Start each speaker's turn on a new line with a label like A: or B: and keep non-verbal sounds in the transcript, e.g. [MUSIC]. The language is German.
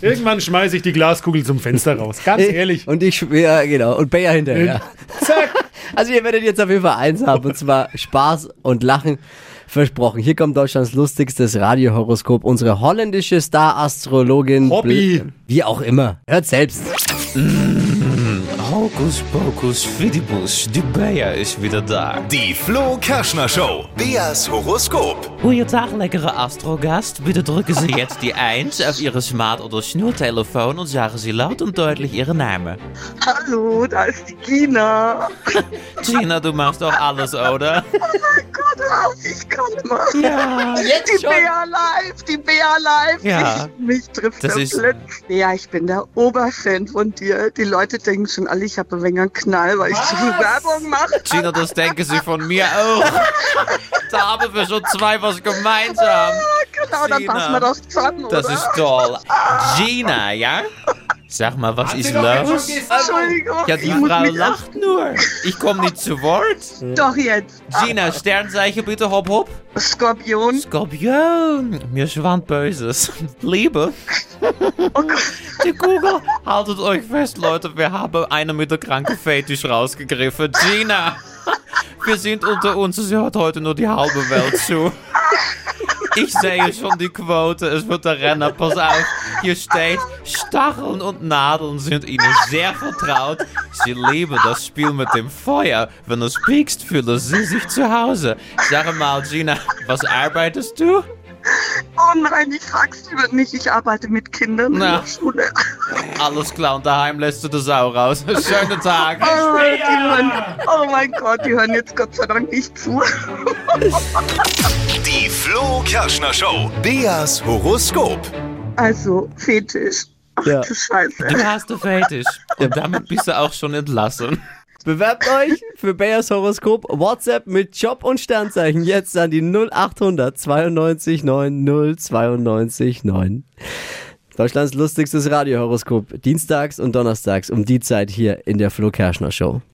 A: Irgendwann schmeiße ich die Glaskugel zum Fenster raus. Ganz ehrlich.
B: Äh,
A: Äh.
B: Und ich, ja, genau. Und Bayer hinterher.
A: Zack.
B: [LAUGHS] Also ihr werdet jetzt auf jeden Fall eins haben, und zwar Spaß und Lachen. Versprochen. Hier kommt Deutschlands lustigstes Radiohoroskop. Unsere holländische Star-Astrologin.
A: Hobby.
B: Bl- Wie auch immer. Hört selbst.
C: Hokus pokus fidibus, die Bayer ist wieder da.
D: Die Flo Kerschner Show. Beas Horoskop.
C: Goeie dag, lekkere Astrogast. Bitte drücken Sie jetzt die 1 auf Ihre Smart- oder Schnurtelefon und sagen Sie laut und deutlich Ihren Namen.
E: Hallo, da ist die Gina.
C: Gina, du machst doch alles, [LAUGHS] oder?
E: Gott, hör auf, ich kann nicht mehr.
C: Ja.
E: die Bea live, die Bea live.
C: Ja.
E: Ich, mich trifft
C: Das
E: der
C: ist-
E: Blitz. Ja, ich bin der Oberfan von dir. Die Leute denken schon alle, ich habe ein wenig einen Knall, weil ich so viel Werbung mache.
C: Gina, das denken Sie von mir auch. Da haben wir schon zwei was gemeinsam.
E: Genau, dann
C: Gina.
E: passen wir doch zusammen,
C: Das
E: oder?
C: ist toll. Gina, ja? Sag mal, was ist los?
E: Also, Entschuldigung,
C: Ja, die
E: ich muss
C: Frau
E: mich
C: lacht nur. Ich komme nicht zu Wort.
E: erst- Doch jetzt.
C: Gina, Sternzeichen bitte, hopp, hopp.
E: Skorpion.
C: Skorpion, mir schwant Böses. [LAUGHS] Liebe,
E: Oh Gott.
C: die Kugel. Haltet euch fest, Leute, wir haben eine mit der kranken Fetisch rausgegriffen. Gina, wir sind unter uns, sie hört heute nur die halbe Welt zu. Ich sehe schon die Quote, es wird der Renner, pass auf. Hier steht, Stacheln und Nadeln sind ihnen sehr vertraut. Sie lieben das Spiel mit dem Feuer. Wenn du spiegst, fühlen sie sich zu Hause. Sag mal, Gina, was arbeitest du?
E: Oh nein, ich frag's lieber nicht. Ich arbeite mit Kindern
C: Na.
E: in der Schule. [LAUGHS]
C: Alles klar, und daheim lässt du die Sau raus. [LAUGHS] Schönen Tag.
E: Oh, die hören, oh mein Gott, die hören jetzt Gott sei Dank nicht zu.
D: Die Flo Kerschner Show. Beas Horoskop.
E: Also, Fetisch. Ach
B: Ja.
C: [LAUGHS]
E: du Scheiße.
C: Du hast den Fetisch. Und damit bist du auch schon entlassen.
B: Bewerbt euch für Bayers Horoskop WhatsApp mit Job und Sternzeichen jetzt an die 0800 92 9 092 9. Deutschlands lustigstes Radiohoroskop. Dienstags und Donnerstags um die Zeit hier in der Flo Kerschner Show.